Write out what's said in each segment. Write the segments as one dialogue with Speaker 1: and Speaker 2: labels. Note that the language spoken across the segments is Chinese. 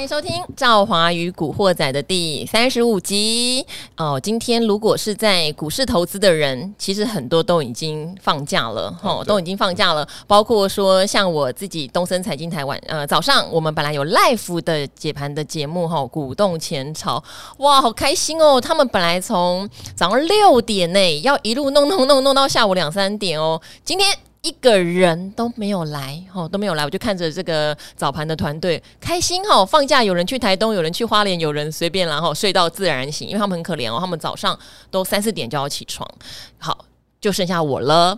Speaker 1: 迎收听《赵华与古惑仔》的第三十五集。哦，今天如果是在股市投资的人，其实很多都已经放假了，哈、
Speaker 2: 哦对
Speaker 1: 都已经放假了。包括说像我自己东森财经台晚，呃，早上我们本来有 live 的解盘的节目，哈、鼓动前朝，哇，好开心哦！他们本来从早上六点呢，要一路弄弄弄弄到下午两三点哦，今天。一个人都没有来，哦，都没有来，我就看着这个早盘的团队开心哦。放假有人去台东，有人去花莲，有人随便啦，然后睡到自然醒，因为他们很可怜哦，他们早上都三四点就要起床。好，就剩下我了，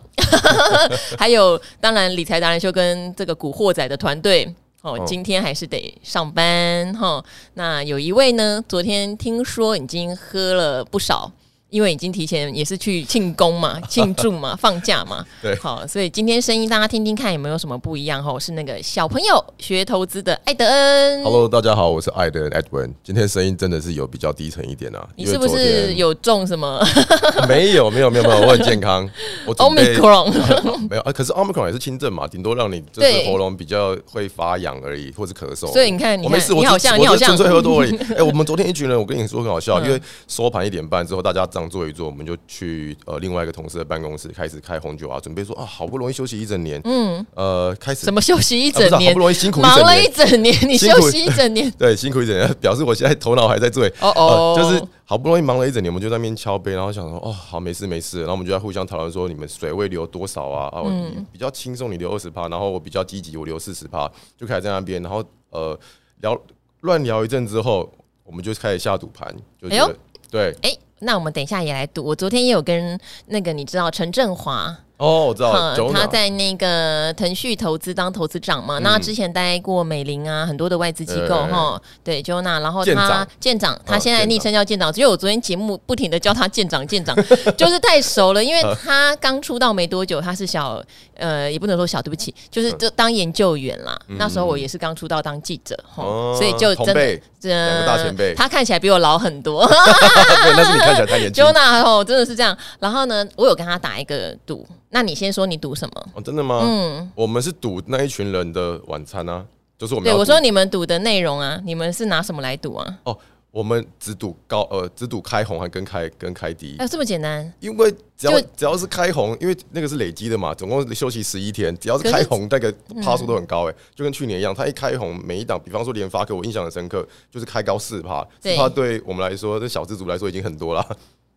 Speaker 1: 还有当然理财达人秀跟这个古惑仔的团队。哦
Speaker 2: 哦，
Speaker 1: 今天还是得上班哈、哦。那有一位呢，昨天听说已经喝了不少，因为已经提前也是去庆功嘛、庆祝嘛、 放假嘛。
Speaker 2: 对
Speaker 1: 好，所以今天声音大家听听看有没有什么不一样哈、哦？是那个小朋友学投资的艾德恩
Speaker 2: Hello，大家好，我是艾德 Edwin。今天声音真的是有比较低沉一点啊，
Speaker 1: 你
Speaker 2: 因
Speaker 1: 是
Speaker 2: 为
Speaker 1: 不
Speaker 2: 昨
Speaker 1: 是
Speaker 2: 天
Speaker 1: 有中什么
Speaker 2: 没有没有没有没有，我很 健康。我准备
Speaker 1: Omicron？
Speaker 2: 没有啊，可是 Omicron 也是轻症嘛，顶多让你就
Speaker 1: 对
Speaker 2: 是喉咙比较会发痒而已，或是咳嗽。
Speaker 1: 所以你看你看
Speaker 2: 哦我没事，我
Speaker 1: 你好
Speaker 2: 只
Speaker 1: 像
Speaker 2: 我
Speaker 1: 你好
Speaker 2: 就
Speaker 1: 像
Speaker 2: 纯粹喝 多而已。哎，我们昨天一群人，我跟你说很好笑，
Speaker 1: 嗯
Speaker 2: 因为收盘一点半之后，大家这样坐一坐，我们就去呃另外一个同事的办公室开始开红酒啊，准备说啊，好不容易休息一整年，嗯，呃，开始
Speaker 1: 什么休息一
Speaker 2: 啊不是
Speaker 1: 整
Speaker 2: 啊好
Speaker 1: 年
Speaker 2: 不？容易辛苦一
Speaker 1: 忙
Speaker 2: 整
Speaker 1: 了
Speaker 2: 年
Speaker 1: 一，整 年，你
Speaker 2: 辛苦。
Speaker 1: 休息一整年
Speaker 2: 对，辛苦一整年，表示我现在头脑还在醉。
Speaker 1: 哦哦
Speaker 2: 呃就是好不容易忙了一整年，我们就在那边敲杯，然后想说，哦，好，没事没事，然后我们就在互相讨论说，你们水位留多少啊？
Speaker 1: 嗯
Speaker 2: 啊，我你比较轻松，你留二十趴，然后我比较积极，我留四十趴，就开始在那边，然后呃聊乱聊一阵之后，我们就开始下赌盘，就觉
Speaker 1: 哎
Speaker 2: 得、
Speaker 1: 呦
Speaker 2: 对，
Speaker 1: 哎、那我们等一下也来读。我昨天也有跟那个你知道陈振华，
Speaker 2: 哦，我知道，
Speaker 1: 嗯，
Speaker 2: Jonah
Speaker 1: 他在那个腾讯投资当投资长
Speaker 2: 嗯
Speaker 1: 嘛，那之前待过美林啊，很多的外资机构
Speaker 2: 对对对
Speaker 1: 哈，对 j o n a 然后
Speaker 2: 呃舰
Speaker 1: 他
Speaker 2: 长啊
Speaker 1: 舰长，他现在
Speaker 2: 舰长
Speaker 1: 昵称叫舰长，只有我昨天节目不停的叫他舰长，舰长 就是太熟了，因
Speaker 2: 啊
Speaker 1: 为他刚出道没多久，他是小呃，也不能说小，对不起，
Speaker 2: 嗯
Speaker 1: 就是就当研究员啦，那时候我也是刚出道当记者哈，
Speaker 2: 哦
Speaker 1: 所以就
Speaker 2: 同
Speaker 1: 真的呃
Speaker 2: 辈两个大前辈
Speaker 1: 他看起来比我老很多。
Speaker 2: 对，但是你看起来太年轻
Speaker 1: Jonah 哦，真的是这样。然后呢，我有跟他打一个赌，那你先说你赌什么？
Speaker 2: 哦，真的吗？嗯，我们是赌那一群人的晚餐啊，就是我们
Speaker 1: 对，
Speaker 2: 要
Speaker 1: 我
Speaker 2: 赌
Speaker 1: 说你们赌的内容啊，你们是拿什么来赌啊？
Speaker 2: 哦，我们只赌高呃，只赌开红还跟开跟开低
Speaker 1: 哎、，有这么简单？
Speaker 2: 因为只要
Speaker 1: 就
Speaker 2: 只要是开红，因为那个是累积的嘛，总共休息十一天，只要
Speaker 1: 可
Speaker 2: 是
Speaker 1: 是嗯
Speaker 2: 开红，那个趴数都很高哎、就跟去年一样，它一开红，每一档，比方说联发科，我印象很深刻，就是开高四趴，
Speaker 1: 对
Speaker 2: 四趴对我们来说，对小资族来说已经很多了。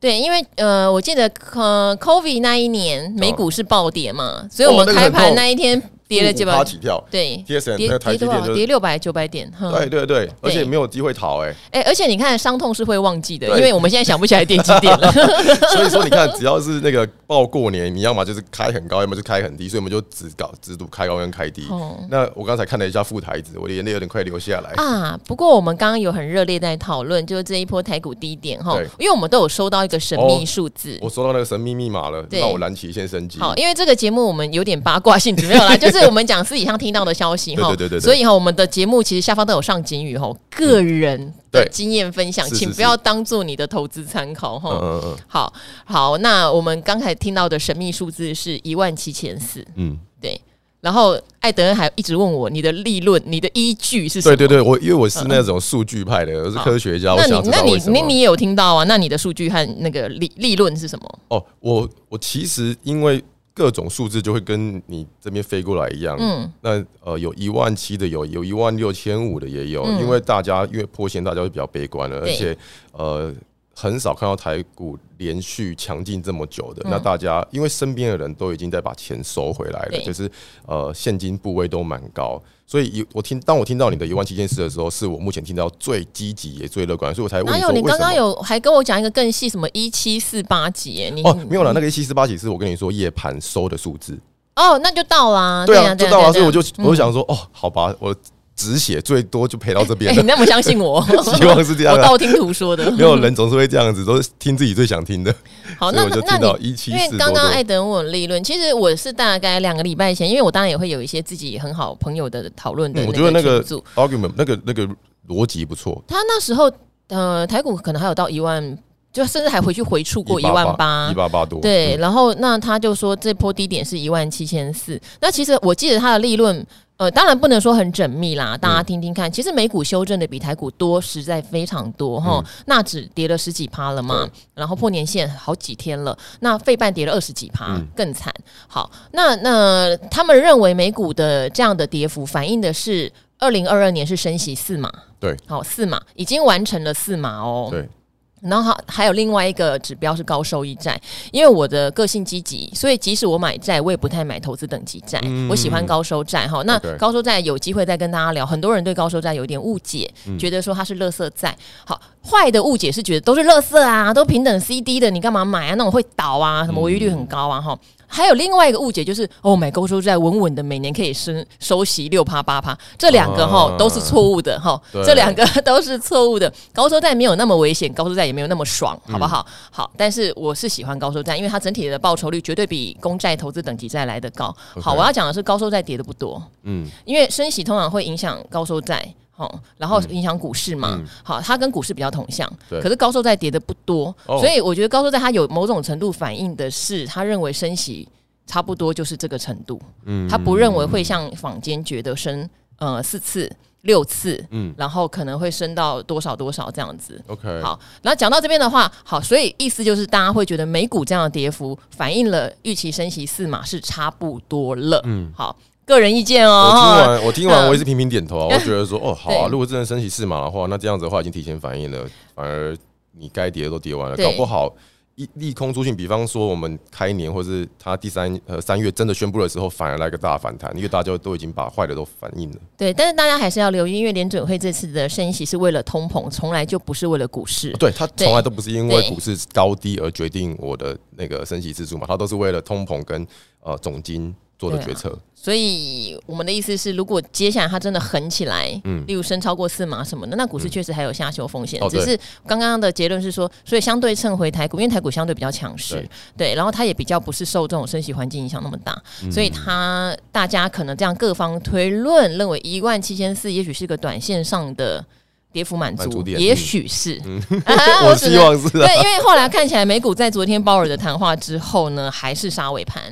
Speaker 1: 对，因为呃，我记得呃，COVID 那一年美股是暴跌嘛，所以我们
Speaker 2: 哦那个
Speaker 1: 开
Speaker 2: 很
Speaker 1: 盘
Speaker 2: 痛
Speaker 1: 那一天跌了几
Speaker 2: 五
Speaker 1: 百
Speaker 2: 趴，起跳，
Speaker 1: 对，
Speaker 2: TSM 那
Speaker 1: 跌
Speaker 2: 个台
Speaker 1: 跌
Speaker 2: 积
Speaker 1: 多
Speaker 2: 电
Speaker 1: 少？
Speaker 2: 就是
Speaker 1: 跌六百九百点，哼
Speaker 2: 对对对，而且没有机会 逃哎、
Speaker 1: 哎、而且你看伤痛是会忘记的，
Speaker 2: 对
Speaker 1: 因为我们现在想不起来跌几点了。
Speaker 2: 所以说你看，只要是那个报过年，你要么就是开很高，要么就开很低，所以我们就只搞只赌开高跟开低。
Speaker 1: 哦
Speaker 2: 那我刚才看了一下副台子，我的眼泪有点快流下来。
Speaker 1: 啊，不过我们刚刚有很热烈在讨论，就是这一波台股低点哈
Speaker 2: 对，哦
Speaker 1: 因为我们都有收到一个神秘数字。
Speaker 2: 我收到那个神秘密码了，
Speaker 1: 对
Speaker 2: 让我燃起一线生机。
Speaker 1: 好，因为这个节目我们有点八卦性质，没有啦，就是我们讲私底下听到的消 息哈。
Speaker 2: 对对对对对嗯
Speaker 1: 所以哈，我们的节目其实下方都有上警语哈，个人的
Speaker 2: 对
Speaker 1: 经验分享，
Speaker 2: 是是
Speaker 1: 请
Speaker 2: 是
Speaker 1: 不要当做你的投资参考
Speaker 2: 嗯
Speaker 1: 哈。
Speaker 2: 嗯嗯
Speaker 1: 好好，那我们刚才听到的神秘数字是一万七千四，
Speaker 2: 嗯，
Speaker 1: 对。然后艾德恩还一直问我你的立论、你的依据是什么？
Speaker 2: 对对对，我因为我是那种数据派的，我是科学家，我
Speaker 1: 嗯那
Speaker 2: 想
Speaker 1: 你
Speaker 2: 知
Speaker 1: 那
Speaker 2: 道
Speaker 1: 你
Speaker 2: 为什
Speaker 1: 那
Speaker 2: 么。
Speaker 1: 你也有听到啊？那你的数据和那个利利润是什么？
Speaker 2: 哦，我我其实因为各种数字就会跟你这边飞过来一样，嗯，那呃有一万七的有，有一万六千五的也有，因为大家越破线，大家会比较悲观了，而
Speaker 1: 嗯对
Speaker 2: 且呃。很少看到台股连续强劲这么久的，那
Speaker 1: 嗯
Speaker 2: 大家因为身边的人都已经在把钱收回来了，
Speaker 1: 对
Speaker 2: 就是呃现金部位都蛮高，所以有我听当我听到你的一万七千四的时候，是我目前听到最积极也最乐观，所哎以我才问
Speaker 1: 哪
Speaker 2: 你
Speaker 1: 有？
Speaker 2: 说
Speaker 1: 你
Speaker 2: 为
Speaker 1: 刚
Speaker 2: 什么
Speaker 1: 刚有还跟我讲一个更细，什么一七四八几耶？你
Speaker 2: 哦，没有了，那个一七四八几是我跟你说夜盘收的数字，
Speaker 1: 哦，那就到啦。
Speaker 2: 对
Speaker 1: 呀，
Speaker 2: 啊，就到
Speaker 1: 呀嗯
Speaker 2: 了，所以我就
Speaker 1: 呀
Speaker 2: 我就想说，哦，好吧，我止血最多就赔到这边
Speaker 1: 哎，你
Speaker 2: 了，
Speaker 1: 那么相信 我，
Speaker 2: 希望是这样
Speaker 1: 我
Speaker 2: 啊。
Speaker 1: 道听途说的。
Speaker 2: 没有人总是会这样子，都是听自己最想听的。
Speaker 1: 好，
Speaker 2: 所
Speaker 1: 哦
Speaker 2: 以
Speaker 1: 那
Speaker 2: 我就
Speaker 1: 那
Speaker 2: 听到
Speaker 1: 你。
Speaker 2: 一七
Speaker 1: 因为
Speaker 2: 四多
Speaker 1: 刚刚艾
Speaker 2: 多。
Speaker 1: 德问我利润，其实我是大概两个礼拜前，因为我当然也会有一些自己很好朋友的讨论的
Speaker 2: 嗯我觉得那
Speaker 1: 个
Speaker 2: 个
Speaker 1: 群组，
Speaker 2: argument 那个那个逻辑不错，
Speaker 1: 他那时候呃台股可能还有到一万，就甚至还回去回触过一万八
Speaker 2: 一，八八多。嗯
Speaker 1: 对，然后那他就说这波低点是一万七千四，那其实我记得他的利润呃，当然不能说很缜密
Speaker 2: 嗯
Speaker 1: 啦，大家听听看。其实美股修正的比台股多，实在非常多哈。纳、指跌了十几趴了嘛
Speaker 2: 嗯对，
Speaker 1: 然后破年线好几天了，那费半跌了二十几趴，
Speaker 2: 嗯
Speaker 1: 更惨。好，那那他们认为美股的这样的跌幅，反映的是二零二二年是升息四码，
Speaker 2: 对，
Speaker 1: 好四码已经完成了四码哦。
Speaker 2: 对，
Speaker 1: 然后还还有另外一个指标是高收益债，因为我的个性积极，所以即使我买债，我也不太买投资等级债，
Speaker 2: 嗯
Speaker 1: 我喜欢高收债哈。那
Speaker 2: OK
Speaker 1: 高收债有机会再跟大家聊，很多人对高收债有点误解，
Speaker 2: 嗯
Speaker 1: 觉得说它是垃圾债。好，坏的误解是觉得都是垃圾啊，都平等 CD 的，你干嘛买啊？那种会倒
Speaker 2: 嗯
Speaker 1: 啊，什么违约率很高啊哈。还有另外一个误解就是，哦，买高收债稳稳的，每年可以升收息六趴八趴，这两个哈
Speaker 2: 啊
Speaker 1: 都是错误的哈，
Speaker 2: 对
Speaker 1: 这两个 都是错误的。高收债没有那么危险，高收债也没有那么爽，
Speaker 2: 嗯
Speaker 1: 好不好？好，但是我是喜欢高收债，因为它整体的报酬率绝对比公债、投资等级债来得高。好，
Speaker 2: OK
Speaker 1: 我要讲的是高收债跌的不多，
Speaker 2: 嗯，
Speaker 1: 因为升息通常会影响高收债，哦，然后影响股市嘛。好，它跟股市比较同向，
Speaker 2: 嗯对
Speaker 1: 可是高收债跌的不多，
Speaker 2: 哦
Speaker 1: 所以我觉得高收债它有某种程度反映的是，他认为升息差不多就是这个程度，嗯，他不认为会像坊间觉得升呃四次六次，嗯
Speaker 2: 嗯，
Speaker 1: 然后可能会升到多少多少这样子。
Speaker 2: OK，
Speaker 1: 好，然后讲到这边的话，好，所以意思就是大家会觉得美股这样的跌幅反映了预期升息四码是差不多了。嗯，好，个人意见
Speaker 2: 我听
Speaker 1: 哦。
Speaker 2: 完，我听完，
Speaker 1: 嗯
Speaker 2: 我也是频频点头啊。我 觉得说，哦，好啊，
Speaker 1: 对
Speaker 2: 如果真的升起四码的话，那这样子的话已经提前反应了，反而你该跌的都跌完了，
Speaker 1: 对
Speaker 2: 搞不好一利空出尽，比方说我们开年或是它第三呃三月真的宣布的时候，反而来个大反弹，因为大家都已经把坏的都反应了。
Speaker 1: 对，但是大家还是要留意，因为联准会这次的升息是为了通膨，从来就不是为了股市。
Speaker 2: 对，它
Speaker 1: 对
Speaker 2: 从来都不是因为
Speaker 1: 对
Speaker 2: 股市高低而决定我的那个升息次数嘛，它都是为了通膨跟呃总金做的
Speaker 1: 对啊
Speaker 2: 决策。
Speaker 1: 所以我们的意思是，如果接下来它真的狠起来，嗯，例如升超过四码什么的，那股市确实还有下修风险。
Speaker 2: 嗯哦
Speaker 1: 只
Speaker 2: 对
Speaker 1: 是刚刚的结论是说，所以相对称回台股，因为台股相对比较强势，对，然后它也比较不是受这种升息环境影响那么大，
Speaker 2: 嗯
Speaker 1: 所以它大家可能这样各方推论，认为一万七千四也许是个短线上的跌幅满足，
Speaker 2: 满足点
Speaker 1: 也
Speaker 2: 嗯
Speaker 1: 许是。 啊只能
Speaker 2: 希望是啊
Speaker 1: 对，因为后来看起来美股在昨天鲍尔的谈话之后呢，还是杀尾盘。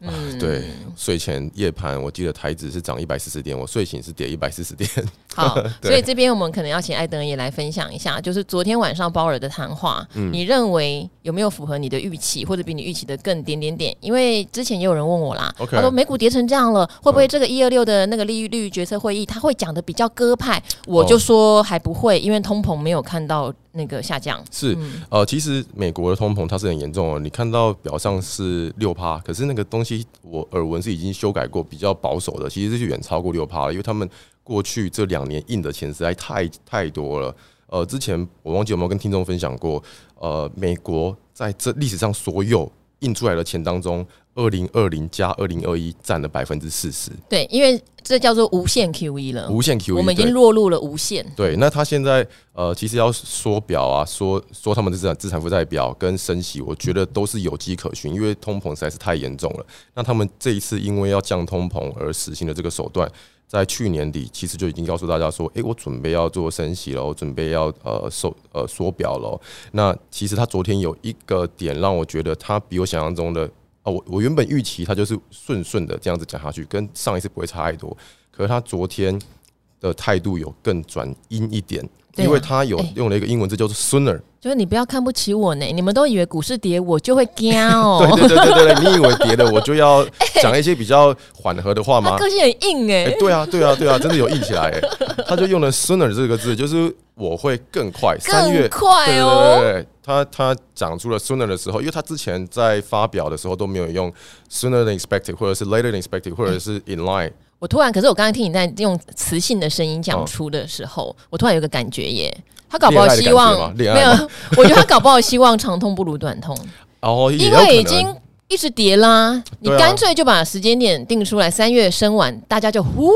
Speaker 1: 嗯
Speaker 2: 对，睡前夜盘我记得台指是涨一百四十点，我睡醒是跌一百四十点。
Speaker 1: 好，
Speaker 2: 对
Speaker 1: 所以这边我们可能要请艾登也来分享一下，就是昨天晚上鲍尔的谈话，
Speaker 2: 嗯
Speaker 1: 你认为有没有符合你的预期，或者比你预期的更点点点？因为之前也有人问我啦
Speaker 2: OK 嗯
Speaker 1: 他说美股跌成这样了，会不会这个一二六的那个利率决策会议他会讲的比较鸽派？
Speaker 2: 哦
Speaker 1: 我就说还不会，因为通膨没有看到那个下降。
Speaker 2: 是，
Speaker 1: 嗯
Speaker 2: 呃，其实美国的通膨它是很严重哦。你看到表上是六趴，可是那个东西我耳闻是已经修改过，比较保守的，其实是远超过六趴了，因为他们过去这两年印的钱实在太太多了。呃，之前我忘记有没有跟听众分享过，呃，美国在这历史上所有印出来的钱当中，二零二零加二零二一占了百分之四十，
Speaker 1: 对，因为这叫做无限 QE 了，
Speaker 2: 无限 QE，
Speaker 1: 哦我们已
Speaker 2: 对
Speaker 1: 经落入了无限。
Speaker 2: 对，那他现在呃，其实要缩表啊，缩缩他们的资产资产负债表跟升息，我觉得都是有迹可循，因为通膨实在是太严重了。那他们这一次因为要降通膨而实行的这个手段，在去年底其实就已经告诉大家说，诶，我准备要做升息了，我准备要呃收呃缩表了。那其实他昨天有一个点让我觉得他比我想象中的。哦，我我原本预期他就是顺顺的这样子讲下去，跟上一次不会差太多。可是他昨天的态度有更转阴一点，
Speaker 1: 对啊
Speaker 2: 因为他有
Speaker 1: 哎
Speaker 2: 用了一个英文字叫做 “sooner”。
Speaker 1: 就是你不要看不起我呢，你们都以为股市跌我就会惊哦。
Speaker 2: 对对对对对，你以为跌的我就要讲一些比较缓和的话
Speaker 1: 他
Speaker 2: 吗？
Speaker 1: 个性很硬哎、
Speaker 2: 哎、对啊，对啊，对啊，真的有硬起来、哎，他就用了 sooner 这个字，就是我会更快，三月
Speaker 1: 更快
Speaker 2: 对
Speaker 1: 哦。
Speaker 2: 对对对他他讲出了 sooner 的时候，因为他之前在发表的时候都没有用 sooner than expected，或者是 later than expected，或者是 in line，
Speaker 1: 我突然，可是我刚才听你在用磁性的声音讲出的时候，我突然有个感觉耶，他搞不好希望没有
Speaker 2: 哦恋爱的感觉吗，
Speaker 1: 我觉得他搞不好希望长痛不如短痛，
Speaker 2: 然后 哦也
Speaker 1: 因
Speaker 2: 有可能
Speaker 1: 为已经一直跌啦，你
Speaker 2: 对啊
Speaker 1: 干脆就把时间点定出来，三月升完，大家就呼，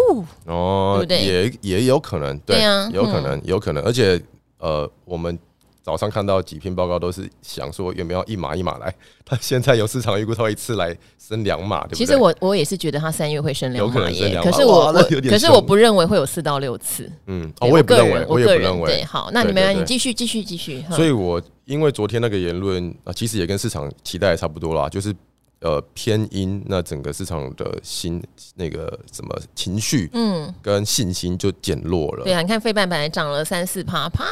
Speaker 1: 对
Speaker 2: 哦，
Speaker 1: 不对
Speaker 2: 也也有可能，对
Speaker 1: 对啊
Speaker 2: 有可能，有可能，而且呃，我们。早上看到几篇报告都是想说有没有一码一码来，他现在有市场预估到一次来升两码，对不
Speaker 1: 其
Speaker 2: 对？
Speaker 1: 实我我也是觉得他三月会升两
Speaker 2: 有可
Speaker 1: 码
Speaker 2: 能升
Speaker 1: 耶，
Speaker 2: 两
Speaker 1: 可
Speaker 2: 码
Speaker 1: 是我
Speaker 2: 哇
Speaker 1: 我
Speaker 2: 那有点
Speaker 1: 可是
Speaker 2: 凶
Speaker 1: 我不认为会有四到六次，
Speaker 2: 嗯，哦，
Speaker 1: 对
Speaker 2: 我也不
Speaker 1: 个
Speaker 2: 认
Speaker 1: 人
Speaker 2: 为，我也
Speaker 1: 个
Speaker 2: 不
Speaker 1: 人
Speaker 2: 认为
Speaker 1: 对，。好，那
Speaker 2: 对
Speaker 1: 你没
Speaker 2: 对
Speaker 1: 关系，
Speaker 2: 对
Speaker 1: 你继续继续继续，哼
Speaker 2: 所以我因为昨天那个言论啊，其实也跟市场期待也差不多啦，就是呃偏阴，那整个市场的心那个什么情绪
Speaker 1: 嗯，
Speaker 2: 跟信心就减弱了。
Speaker 1: 对啊，你看费半本来涨了三四趴，啪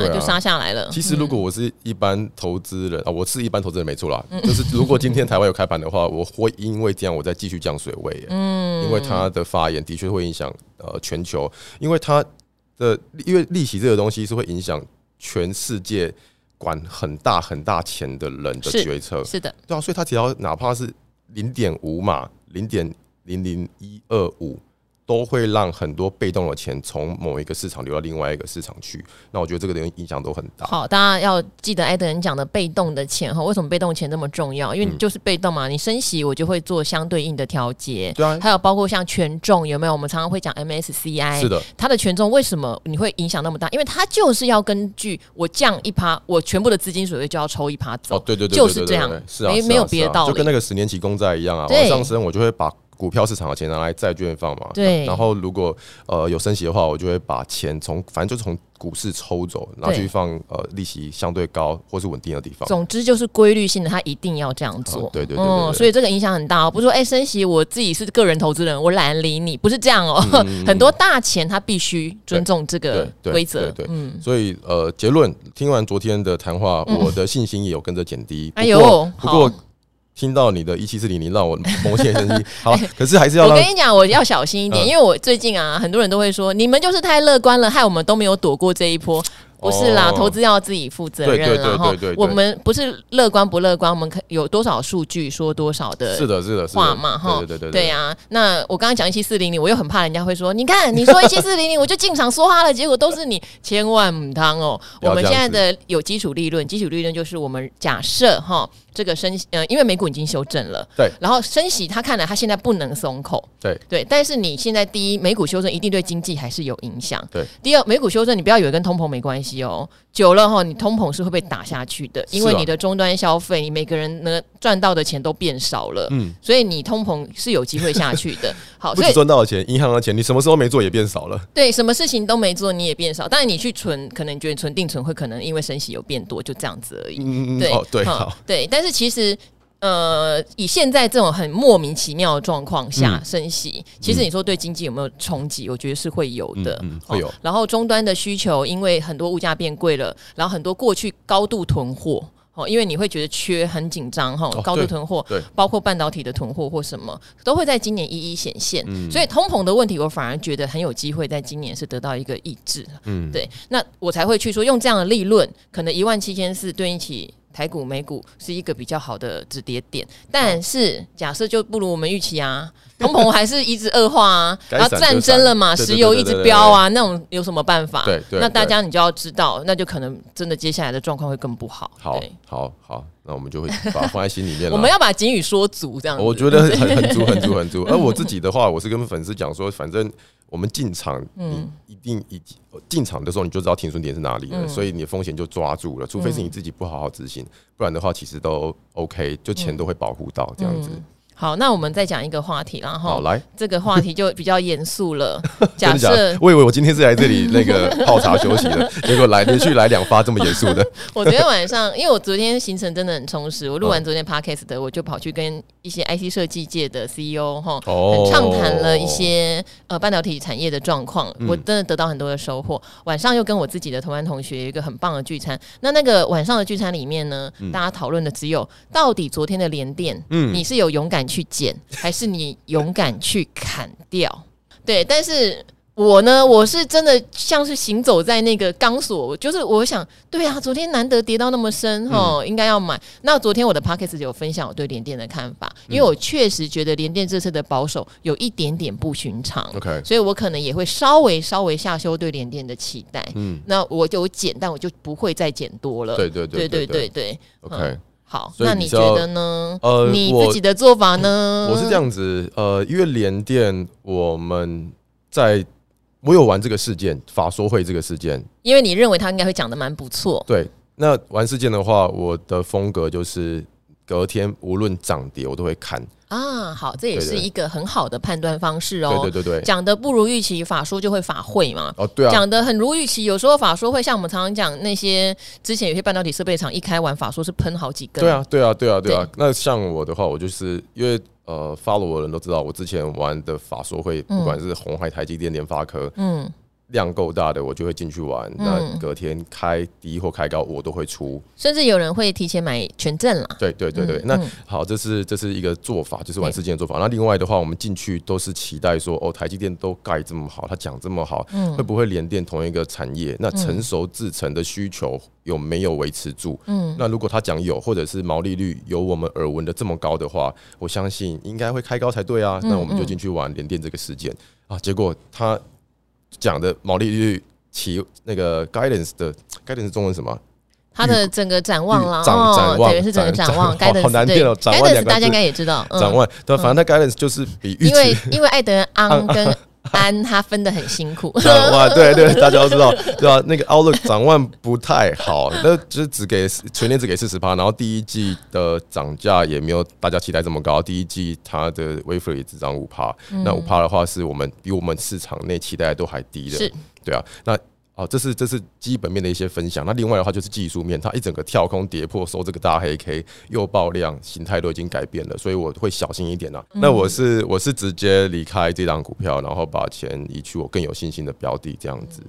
Speaker 2: 对啊
Speaker 1: 就杀下来了。
Speaker 2: 其实，如果我是一般投资人啊，我是一般投资人没错啦。就是如果今天台湾有开盘的话，我会因为这样我再继续降水位耶，因为他的发言的确会影响呃全球，因为它的因为利息这个东西是会影响全世界管很大很大钱的人的
Speaker 1: 是
Speaker 2: 决策，
Speaker 1: 是的，
Speaker 2: 对啊，所以他只要哪怕是零点五码、零点零零一二五，都会让很多被动的钱从某一个市场流到另外一个市场去。那我觉得这个东西影响都很大。
Speaker 1: 好，大家要记得艾德人讲的被动的钱哈，为什么被动钱这么重要？因
Speaker 2: 嗯
Speaker 1: 为你就是被动嘛，你升息我就会做相对应的调节。
Speaker 2: 对啊，
Speaker 1: 还有包括像权重有没有？我们常常会讲 MSCI，
Speaker 2: 是的，
Speaker 1: 它的权重为什么你会影响那么大？因为它就是要根据我降一趴，我全部的资金水位就要抽一趴走。
Speaker 2: 哦，对对对，
Speaker 1: 就是
Speaker 2: 对对
Speaker 1: 这样
Speaker 2: 对对是啊，
Speaker 1: 没
Speaker 2: 是啊
Speaker 1: 没有
Speaker 2: 是啊
Speaker 1: 别的道
Speaker 2: 就跟
Speaker 1: 理
Speaker 2: 那个十年期公债一样啊，
Speaker 1: 对
Speaker 2: 往上升我就会把。股票市场的钱拿来债券放嘛，
Speaker 1: 对
Speaker 2: 然后如果呃有升息的话，我就会把钱从反正就是从股市抽走，然后
Speaker 1: 对
Speaker 2: 去放呃利息相对高或是稳定的地方。
Speaker 1: 总之就是规律性的，它一定要这样做。嗯
Speaker 2: 哦对对对对对
Speaker 1: 所以这个影响很大哦。不是说哎、升息，我自己是个人投资人，我懒得理你，不是这样哦。 很多大钱他必须尊重这个
Speaker 2: 嗯对对
Speaker 1: 规则。嗯
Speaker 2: 对对所以呃，结论听完昨天的谈话，我的信心也有跟着减低。
Speaker 1: 哎
Speaker 2: 不
Speaker 1: 呦
Speaker 2: 过不
Speaker 1: 好
Speaker 2: 过听到你的一七四零零，让我某些生机。 好，可是还是要
Speaker 1: 哎我
Speaker 2: 让
Speaker 1: 跟你讲，我要小心一点，
Speaker 2: 嗯
Speaker 1: 因为我最近啊，很多人都会说你们就是太乐观了，害我们都没有躲过这一波。不是啦，
Speaker 2: 哦
Speaker 1: 投资要自己负责任
Speaker 2: 对对
Speaker 1: 啦。
Speaker 2: 对
Speaker 1: 哈
Speaker 2: 对对对
Speaker 1: 我们不是乐观不乐观，我们可有多少数据说多少的
Speaker 2: 是的，是的，是的
Speaker 1: 话嘛，哈，
Speaker 2: 对对对
Speaker 1: 对。啊。那我刚刚讲一七四零零，我又很怕人家会说，你看你说一七四零零，我就进场说哈了，结果都是你，千万唔当哦。
Speaker 2: 不要
Speaker 1: 我们
Speaker 2: 这
Speaker 1: 现
Speaker 2: 样
Speaker 1: 在的有基础利润，基础利润就是我们假设哈，这个升呃，因为美股已经修正了，
Speaker 2: 对
Speaker 1: 然后升息，它看来它现在不能松口，
Speaker 2: 对
Speaker 1: 对，但是你现在第一，美股修正一定对经济还是有影响，
Speaker 2: 对。
Speaker 1: 第二，美股修正你不要以为跟通膨没关系哦，久了哈，你通膨是会被打下去的，因为
Speaker 2: 是啊
Speaker 1: 你的终端消费，你每个人呢赚到的钱都变少了，
Speaker 2: 嗯
Speaker 1: 所以你通膨是有机会下去 的。好，
Speaker 2: 不
Speaker 1: 所
Speaker 2: 止
Speaker 1: 以
Speaker 2: 赚到的钱，银行的钱，你什么时候没做也变 少了。
Speaker 1: 对什么事情都没做，你也变少。当然，你去存，可能你觉得存定存会可能因为升息有变多，就这样子而已。
Speaker 2: 嗯，
Speaker 1: 对，
Speaker 2: 哦，对，
Speaker 1: 嗯
Speaker 2: 好，
Speaker 1: 对。但是其实，呃，以现在这种很莫名其妙的状况下
Speaker 2: 嗯
Speaker 1: 升息，其实你说对经济有没有冲击？我觉得是会有的，
Speaker 2: 嗯嗯会有
Speaker 1: 哦然后终端的需求，因为很多物价变贵了，然后很多过去高度囤货。哦，因为你会觉得缺很紧张哈，
Speaker 2: 哦
Speaker 1: 高度
Speaker 2: 对
Speaker 1: 囤货，
Speaker 2: 对
Speaker 1: 包括半导体的囤货或什么，都会在今年一一显现。
Speaker 2: 嗯
Speaker 1: 所以通膨的问题，我反而觉得很有机会在今年是得到一个抑制。嗯，对，那我才会去说用这样的利润，可能一万七千四对应起。台股、美股是一个比较好的止跌点，但是假设就不如我们预期 啊，通膨还是一直恶化啊，
Speaker 2: 该
Speaker 1: 然后
Speaker 2: 闪
Speaker 1: 战争
Speaker 2: 就闪
Speaker 1: 了嘛，
Speaker 2: 对对
Speaker 1: 石油
Speaker 2: 对
Speaker 1: 一
Speaker 2: 对
Speaker 1: 直
Speaker 2: 对
Speaker 1: 飙啊，那种有什么办法？
Speaker 2: 对对
Speaker 1: 那大
Speaker 2: 对
Speaker 1: 家你就要知道，那就可能真的接下来的状况会更不好。
Speaker 2: 好
Speaker 1: 对，
Speaker 2: 好，好，那我们就会把它放在心里面 了。
Speaker 1: 我们要把警语说足，这样子。
Speaker 2: 我觉得 很很足很足很足。而我自己的话，我是跟粉丝讲说，反正我们进场，
Speaker 1: 嗯
Speaker 2: 你一定一进场的时候你就知道停损点是哪里
Speaker 1: 嗯
Speaker 2: 了，所以你的风险就抓住了。除非是你自己不好好执行，不然的话其实都 OK，就钱都会保护到这样
Speaker 1: 嗯
Speaker 2: 子。
Speaker 1: 好，那我们再讲一个话题啦，
Speaker 2: 好，
Speaker 1: 哈。
Speaker 2: 来，
Speaker 1: 这个话题就比较严肃了。
Speaker 2: 真
Speaker 1: 假
Speaker 2: 的假
Speaker 1: 设
Speaker 2: 的？我以为我今天是来这里那个泡茶休息 的，结果来连续来两发这么严肃的，
Speaker 1: 我昨天晚上，因为我昨天行程真的很充实，我录完昨天 podcast 的，我就跑去跟一些 IC 设计界的 CEO 哈，
Speaker 2: 哦
Speaker 1: 很畅谈了一些呃半导体产业的状况，我真的得到很多的收获。晚上又跟我自己的同班同学有一个很棒的聚餐，那那个晚上的聚餐里面呢，大家讨论的只有到底昨天的连电，
Speaker 2: 嗯
Speaker 1: 你是有勇敢去捡，还是你勇敢去砍掉？对，但是我呢，我是真的像是行走在那个钢索，就是我想，对啊，昨天难得跌到那么深
Speaker 2: 嗯
Speaker 1: 哦，应该要买。那昨天我的 p o c k e t 有分享我对联电的看法，
Speaker 2: 嗯
Speaker 1: 因为我确实觉得联电这次的保守有一点点不寻常。
Speaker 2: OK
Speaker 1: 所以我可能也会稍微稍微下修对联电的期待。嗯
Speaker 2: 嗯，
Speaker 1: 那我有减，但我就不会再减多了。
Speaker 2: 对对对
Speaker 1: 呃对
Speaker 2: 对
Speaker 1: 对
Speaker 2: 对
Speaker 1: 对嗯
Speaker 2: OK。
Speaker 1: 好，
Speaker 2: 所以
Speaker 1: 那
Speaker 2: 比
Speaker 1: 你觉
Speaker 2: 较
Speaker 1: 得呢？
Speaker 2: 呃
Speaker 1: 你
Speaker 2: 我嗯
Speaker 1: 自己的做法呢？
Speaker 2: 我是这样子，呃，因为联电我们在。我有玩这个事件，法说会这个事件，
Speaker 1: 因为你认为他应该会讲的蛮不错，
Speaker 2: 对，那玩事件的话，我的风格就是隔天无论涨跌我都会看。
Speaker 1: 啊，好，这也
Speaker 2: 对
Speaker 1: 是
Speaker 2: 对
Speaker 1: 一个很好的判断方式哦。
Speaker 2: 对对对对，
Speaker 1: 讲的不如预期，法说就会法会嘛。
Speaker 2: 哦对啊，
Speaker 1: 讲的很如预期，有时候法说会像我们常常讲那些之前有些半导体设备厂一开完法说是喷好几根，
Speaker 2: 对啊，对啊，对啊，对啊。那像我的话，我就是因为呃，follow 我的人都知道，我之前玩的法说会，不管是红海、台积电、联发科，
Speaker 1: 嗯，
Speaker 2: 量够大的我就会进去玩。那隔天开低或开高，我都会出。
Speaker 1: 甚至有人会提前买权证啦。
Speaker 2: 对对对对，
Speaker 1: 嗯
Speaker 2: 那
Speaker 1: 嗯
Speaker 2: 好，这是这是一个做法，就是玩事件的做法。那另外的话，我们进去都是期待说，哦，台积电都盖这么好，他讲这么好，
Speaker 1: 嗯
Speaker 2: 会不会联电同一个产业？那成熟制程的需求有没有维持住？嗯，那如果他讲有，或者是毛利率有我们耳闻的这么高的话，我相信应该会开高才对啊。
Speaker 1: 嗯
Speaker 2: 那我们就进去玩联电这个事件啊，结果他讲的毛利率期那个 guidance 的 guidance 中文是什么啊？
Speaker 1: 它的整个展望啦，
Speaker 2: 预嗯展
Speaker 1: 哦，
Speaker 2: 展望
Speaker 1: 对，是整个
Speaker 2: 展
Speaker 1: 展望。
Speaker 2: 展
Speaker 1: 该的
Speaker 2: 好难念哦展望两个字
Speaker 1: 大家应该也知道，嗯
Speaker 2: 展望，但反正它 guidance 就是比预
Speaker 1: 因
Speaker 2: 期
Speaker 1: 为因为艾德安 跟安他分的很辛苦，
Speaker 2: 展望， 对对，大家都知道， 对吧、那个 Outlook 展望不太好， 那就是只给全年只给四十趴，然后第一季的涨价也没有大家期待这么高，第一季它的 wafer 也只涨五趴，那五趴的话是我们比我们市场内期待的都还低的，
Speaker 1: 是
Speaker 2: 对啊，那。哦，这是这是基本面的一些分享。那另外的话就是技术面，它一整个跳空跌破，收这个大黑 K，又爆量，形态都已经改变了，所以我会小心一点啦、啊那
Speaker 1: 嗯
Speaker 2: 我是我是直接离开这档股票，然后把钱移去我更有信心的标的，这样子。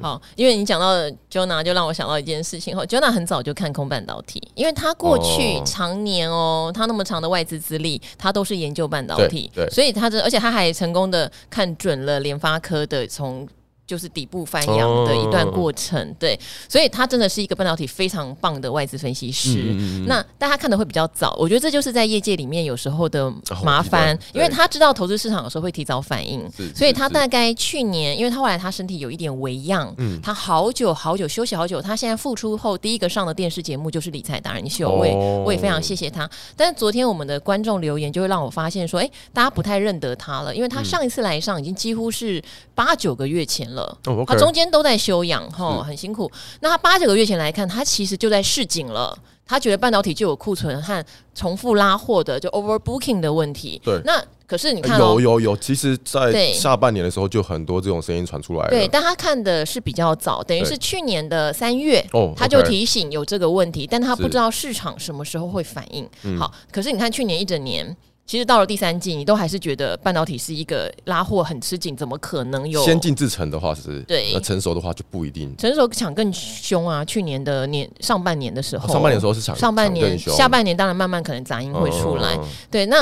Speaker 1: 好，因为你讲到 Jona，就让我想到一件事情。哈，Jona 很早就看空半导体，因为他过去
Speaker 2: 哦
Speaker 1: 常年哦，他那么长的外资资历，他都是研究半导体，
Speaker 2: 对对
Speaker 1: 所以他这而且他还成功的看准了联发科的从。就是底部翻扬的一段过程，
Speaker 2: 哦
Speaker 1: 对，所以他真的是一个半导体非常棒的外资分析师。
Speaker 2: 嗯
Speaker 1: 那大家看的会比较早，我觉得这就是在业界里面有时候的麻烦，
Speaker 2: 哦一般
Speaker 1: 因为
Speaker 2: 对
Speaker 1: 他知道投资市场有时候会提早反应，
Speaker 2: 是
Speaker 1: 所以他
Speaker 2: 是
Speaker 1: 大概去年，因为他后来他身体有一点微恙，
Speaker 2: 嗯
Speaker 1: 他好久好久休息好久，他现在复出后第一个上的电视节目就是《理财达人秀》，我也
Speaker 2: 哦
Speaker 1: 我也非常谢谢他。但是昨天我们的观众留言就会让我发现说，哎、大家不太认得他了，因
Speaker 2: 嗯
Speaker 1: 为他上一次来上已经几乎是八九个月前了，
Speaker 2: 哦
Speaker 1: 他
Speaker 2: ，OK，嗯
Speaker 1: 中间都在休养，哈，很辛苦。那他八九个月前来看，他其实就在市井了。他觉得半导体就有库存和重复拉货的，就 overbooking 的问题。
Speaker 2: 对
Speaker 1: 那可是你看、哦，
Speaker 2: 有有有，其实，在
Speaker 1: 对
Speaker 2: 下半年的时候就很多这种声音传出来了。
Speaker 1: 对，但他看的是比较早，等于
Speaker 2: 对
Speaker 1: 是去年的三月，
Speaker 2: 哦
Speaker 1: 他就
Speaker 2: OK
Speaker 1: 提醒有这个问题，但他不
Speaker 2: 是嗯
Speaker 1: 知道市场什么时候会反应。好，可是你看去年一整年。其实到了第三季，你都还是觉得半导体是一个拉货很吃紧，怎么可能有
Speaker 2: 先进制程的话是，
Speaker 1: 对
Speaker 2: 那成熟的话就不一定。
Speaker 1: 成熟抢更凶啊？去年的年上半年的时候，
Speaker 2: 上半年的时候是抢，
Speaker 1: 哦上半
Speaker 2: 抢
Speaker 1: 年
Speaker 2: 更凶
Speaker 1: 下半年当然慢慢可能杂音会出来，
Speaker 2: 嗯嗯嗯
Speaker 1: 对，那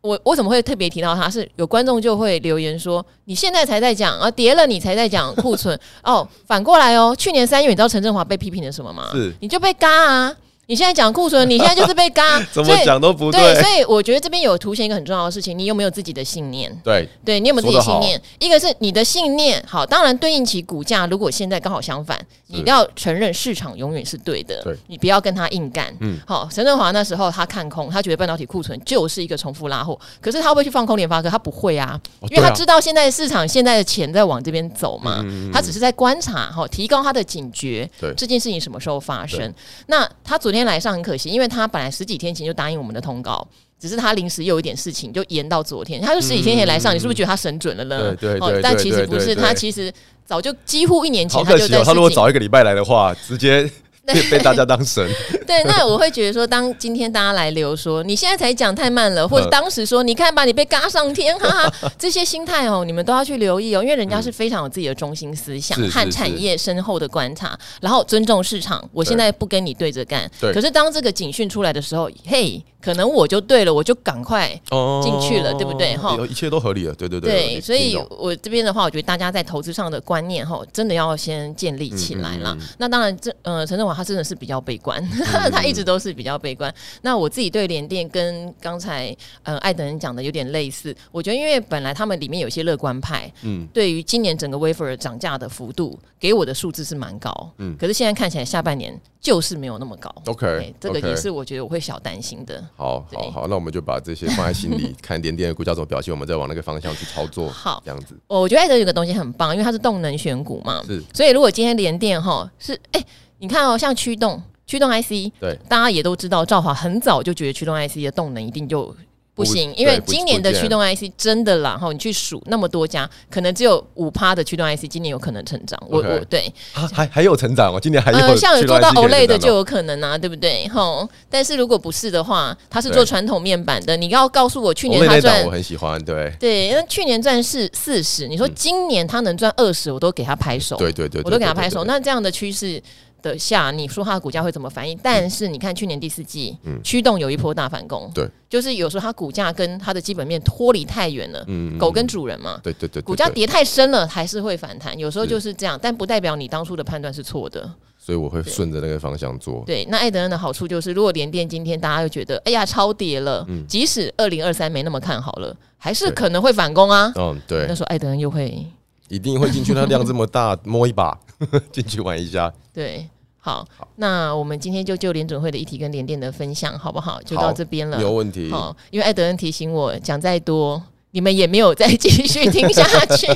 Speaker 1: 我我怎么会特别提到它？是有观众就会留言说，你现在才在讲啊，跌了你才在讲库存 哦，反过来哦，去年三月你知道陈振华被批评的什么吗？
Speaker 2: 是
Speaker 1: 你就被嘎啊，你现在讲库存，你现在就是被嘎，
Speaker 2: 怎么讲都不
Speaker 1: 所以？对，所以我觉得这边有凸显一个很重要的事情，你有没有自己的信念？
Speaker 2: 对，
Speaker 1: 对你有没有自己的信
Speaker 2: 说得好
Speaker 1: 念？一个是你的信念好，当然对应起股价。如果现在刚好相反，你要承认市场永远是对的，
Speaker 2: 嗯对
Speaker 1: 你不要跟他硬干。嗯
Speaker 2: 嗯，
Speaker 1: 好，陈振华那时候他看空，他觉得半导体库存就是一个重复拉货，可是他会不会去放空联发科？他不会啊，
Speaker 2: 哦
Speaker 1: 因为
Speaker 2: 对
Speaker 1: 他
Speaker 2: 啊嗯
Speaker 1: 知道现在市场现在的钱在往这边走嘛，他只是在观察哈，提高他的警觉，
Speaker 2: 对
Speaker 1: 这件事情什么时候发生。那他昨天来上很可惜，因为他本来十几天前就答应我们的通告。只是他临时又有一点事情，就延到昨天。他就十几天前来上，你是不是觉得他神准了呢？
Speaker 2: 嗯对对
Speaker 1: 哦
Speaker 2: 对
Speaker 1: 但
Speaker 2: 对
Speaker 1: 其实
Speaker 2: 对
Speaker 1: 不是，
Speaker 2: 对对
Speaker 1: 他其实早就几乎一年前
Speaker 2: 好
Speaker 1: 他
Speaker 2: 可
Speaker 1: 就
Speaker 2: 惜
Speaker 1: 在
Speaker 2: 哦。他如果
Speaker 1: 事情
Speaker 2: 早一个礼拜来的话，直接 被被大家当神。
Speaker 1: 对，那我会觉得说，当今天大家来留说你现在才讲太慢了，或者
Speaker 2: 嗯
Speaker 1: 当时说你看吧，你被嘎上天，哈 哈，这些心态哦，你们都要去留意哦，因为人家是非常有自己的中心思想
Speaker 2: 是是
Speaker 1: 和产业深厚的观察，然后尊重市场。我现在不跟你对着干，
Speaker 2: 对
Speaker 1: 可是当这个警讯出来的时候，嘿，可能我就对了，我就赶快
Speaker 2: 哦
Speaker 1: 进去了对不对哈
Speaker 2: 有一切都合理了，对对
Speaker 1: 对，所以
Speaker 2: 听懂
Speaker 1: 我这边的话，我觉得大家在投资上的观念哈，真的要先建立起来
Speaker 2: 嗯
Speaker 1: 啦。那当然这，呃，陈振华他真的是比较悲观， 他一直都是比较悲观。那我自己对联电跟刚才呃艾德人讲的有点类似，我觉得因为本来他们里面有些乐观派，嗯
Speaker 2: 嗯，
Speaker 1: 对于今年整个 wafer 涨价的幅度，给我的数字是蛮高，嗯，可是现在看起来下半年就是没有那么高。哎
Speaker 2: OK，
Speaker 1: 这个
Speaker 2: OK
Speaker 1: 也是我觉得我会小担心的。
Speaker 2: 好
Speaker 1: 对
Speaker 2: 好好，那我们就把这些放在心 里，看点点的股价怎么表现，我们再往那个方向去操作。
Speaker 1: 好
Speaker 2: 这样子
Speaker 1: 哦我觉得艾德有个东西很棒，因为它是动能选股嘛，
Speaker 2: 是
Speaker 1: 所以如果今天连电哈是哎、你看哦，像驱动。驱动 IC，
Speaker 2: 对，
Speaker 1: 大家也都知道，兆华很早就觉得驱动 IC 的动能一定就不行，因为
Speaker 2: 对不
Speaker 1: 今年的
Speaker 2: 不见
Speaker 1: 驱动 IC 真的啦，哈，你去数那么多家，可能只有五趴的驱动 IC 今年有可能成长。我
Speaker 2: OK
Speaker 1: 我对，
Speaker 2: 啊还还有成长哦，今年 还有
Speaker 1: 呃，像有
Speaker 2: 去
Speaker 1: 做到
Speaker 2: IC 可以
Speaker 1: OLED 的
Speaker 2: 成长
Speaker 1: 就有可能啊，对不对？吼，但是如果不是的话，它是做
Speaker 2: 对
Speaker 1: 传统面板的，你要告诉我去年
Speaker 2: OLED
Speaker 1: 它
Speaker 2: 那档
Speaker 1: 赚
Speaker 2: 我很喜欢，对
Speaker 1: 对，那去年赚是四十，你说今年它能赚二十，我都给它拍手，
Speaker 2: 嗯对对对对，
Speaker 1: 我都给它
Speaker 2: 对
Speaker 1: 拍手。。那这样的趋势的下，你说它的股价会怎么反应？但是你看去年第四季，驱动有一波大反攻，
Speaker 2: 嗯对，
Speaker 1: 就是有时候它股价跟它的基本面脱离太远了，
Speaker 2: 嗯
Speaker 1: 狗跟主人嘛。
Speaker 2: 对对对对，
Speaker 1: 股价
Speaker 2: 对，
Speaker 1: 跌太深了，还是会反弹，有时候就是这样，但不代表你当初的判断是错的。
Speaker 2: 所以我会顺着那个方向做。
Speaker 1: 对，那艾德恩的好处就是，如果联电今天大家又觉得，哎呀超跌了，即使二零二三没那么看好了，还是
Speaker 2: 嗯对
Speaker 1: 可能会反攻啊。
Speaker 2: 嗯，对
Speaker 1: 那，时候艾德恩又会
Speaker 2: 一定会进去。那量这么大，摸一把 进去玩一下。
Speaker 1: 对。好，那我们今天就就联准会的议题跟联电的分享，好不好？就到
Speaker 2: 好
Speaker 1: 这边了
Speaker 2: 没。有问题。
Speaker 1: 好，因为艾德恩提醒我，讲再多，你们也没有再继续听下 去。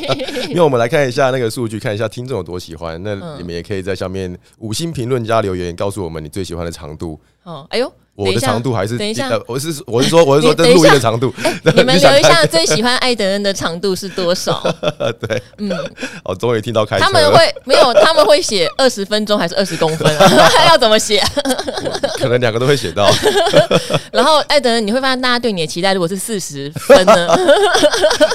Speaker 2: 因为我们来看一下那个数据，看一下听众有多喜欢。那
Speaker 1: 嗯
Speaker 2: 你们也可以在下面五星评论加留言，告诉我们你最喜欢的长度。
Speaker 1: 哦，哎呦，
Speaker 2: 我的长度还是
Speaker 1: 等一下
Speaker 2: 呃我是我是说我是说
Speaker 1: 你
Speaker 2: 这
Speaker 1: 等一
Speaker 2: 录
Speaker 1: 下哎
Speaker 2: 音的长度，
Speaker 1: 你们
Speaker 2: 想
Speaker 1: 留一
Speaker 2: 看
Speaker 1: 下最喜欢艾德恩的长度是多 少？
Speaker 2: 哦，终于听到开
Speaker 1: 嗯
Speaker 2: 车
Speaker 1: 他们
Speaker 2: 了，
Speaker 1: 会没有，他们会写二十分钟还是二十公分、啊 要怎么写？
Speaker 2: 可能两个都会 写到。
Speaker 1: 然后艾德，你会发现大家对你的期待，如果是四十分 呢，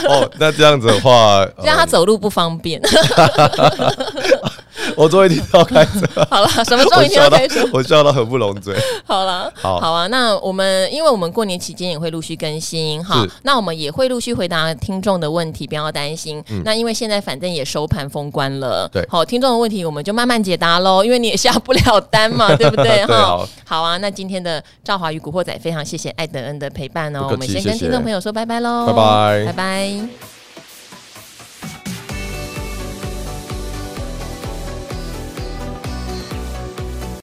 Speaker 2: 哦，那这样子的话，呃
Speaker 1: 让他走路不方便。
Speaker 2: 哦我终于听到开车，
Speaker 1: 好了，什么时候
Speaker 2: 我
Speaker 1: 一定
Speaker 2: 笑
Speaker 1: 要
Speaker 2: 到
Speaker 1: 开始？
Speaker 2: 我笑到合不拢嘴。
Speaker 1: 好了，
Speaker 2: 好
Speaker 1: 啊。那我们因为我们过年期间也会陆续更新，哈
Speaker 2: 是，
Speaker 1: 那我们也会陆续回答听众的问题，不要担心。那因为现在反正也收盘封关了，
Speaker 2: 嗯对
Speaker 1: 好，听众的问题我们就慢慢解答喽，因为你也下不了单 嘛，对不对？
Speaker 2: 对好
Speaker 1: 好啊。那今天的赵华与古惑仔非常谢谢艾德恩的陪伴哦，
Speaker 2: 不客气
Speaker 1: 我们先跟
Speaker 2: 谢谢
Speaker 1: 听众朋友说拜拜喽，
Speaker 2: 拜拜
Speaker 1: 拜拜。